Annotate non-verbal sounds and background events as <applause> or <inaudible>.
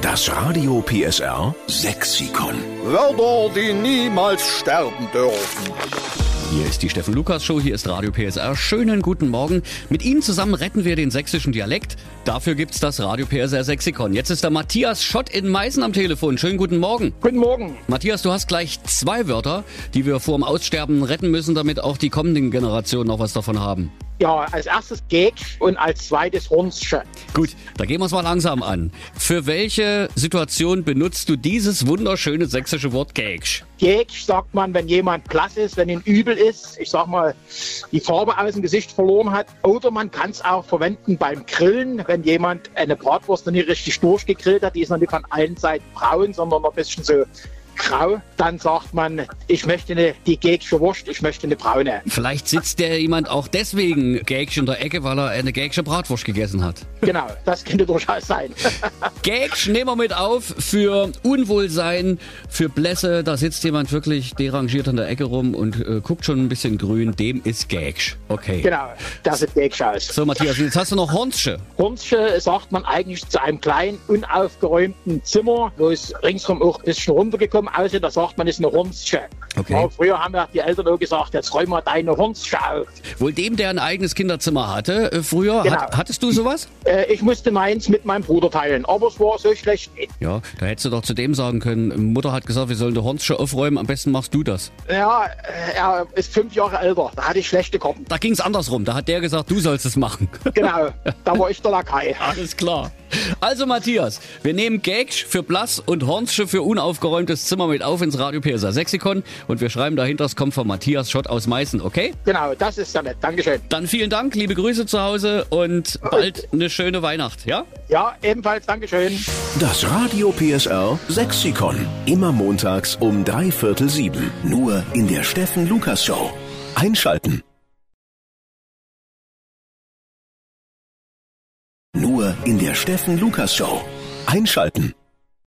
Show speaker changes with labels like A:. A: Das Radio PSR Sexikon.
B: Wörter, die niemals sterben dürfen.
C: Hier ist die Steffen Lukas Show, hier ist Radio PSR. Schönen guten Morgen. Mit Ihnen zusammen retten wir den sächsischen Dialekt. Dafür gibt's das Radio PSR Sexikon. Jetzt ist der Matthias Schott in Meißen am Telefon. Schönen guten Morgen.
D: Guten Morgen.
C: Matthias, du hast gleich zwei Wörter, die wir vor dem Aussterben retten müssen, damit auch die kommenden Generationen noch was davon haben.
D: Ja, als erstes Gag und als zweites Hornsche.
C: Gut, da gehen wir's mal langsam an. Für welche Situation benutzt du dieses wunderschöne sächsische Wort Gägsch?
D: Gag sagt man, wenn jemand blass ist, wenn ihm übel ist, ich sag mal, die Farbe aus dem Gesicht verloren hat. Oder man kann es auch verwenden beim Grillen, wenn jemand eine Bratwurst noch nicht richtig durchgegrillt hat, die ist noch nicht von allen Seiten braun, sondern noch ein bisschen so grau. Dann sagt man, ich möchte eine, die Gagsche Wurst, ich möchte eine braune.
C: Vielleicht sitzt der jemand auch deswegen Gägsch in der Ecke, weil er eine Gägsche Bratwurst gegessen hat.
D: Genau, das könnte durchaus sein. <laughs>
C: Gag nehmen wir mit auf für Unwohlsein, für Blässe. Da sitzt jemand wirklich derangiert an der Ecke rum und äh, guckt schon ein bisschen grün. Dem ist Gag. Okay.
D: genau, das sieht Gagsche aus.
C: So, Matthias, jetzt hast du noch Hornsche.
D: Hornsche sagt man eigentlich zu einem kleinen, unaufgeräumten Zimmer, wo es ringsrum auch ein bisschen runtergekommen aussieht. Da sagt man, es ist eine Hornsche.
C: Okay.
D: Aber früher haben ja die Eltern auch gesagt, jetzt räum mal deine Hornsche auf.
C: Wohl dem, der ein eigenes Kinderzimmer hatte äh, früher. Hat,
D: Genau.
C: hattest du sowas?
D: Äh, ich musste meins mit meinem Bruder teilen, aber es war so schlecht. nicht.
C: Ja, da hättest du doch zu dem sagen können, Mutter hat gesagt, wir sollen die Hornsche aufräumen, am besten machst du das.
D: Ja, äh, er ist fünf Jahre älter, da hatte ich schlechte Karten.
C: Da ging's andersrum, da hat der gesagt, du sollst es machen. <laughs>
D: Genau, da war ich der Lakai.
C: Alles klar. Also Matthias, wir nehmen Gagsch für Blass und Hornsche für unaufgeräumtes Zimmer mit auf ins Radio PSA Sexikon und wir schreiben dahinter, es kommt von Matthias Schott aus Meißen, okay?
D: Genau, das ist ja nett. Dankeschön.
C: Dann vielen Dank, liebe Grüße zu Hause und bald eine schöne Weihnacht, ja?
D: Ja, ebenfalls Dankeschön.
A: Das Radio PSR Sexikon. Immer montags um drei Viertel sieben. Nur in der Steffen Lukas Show. Einschalten. Nur in der Steffen Lukas Show. Einschalten.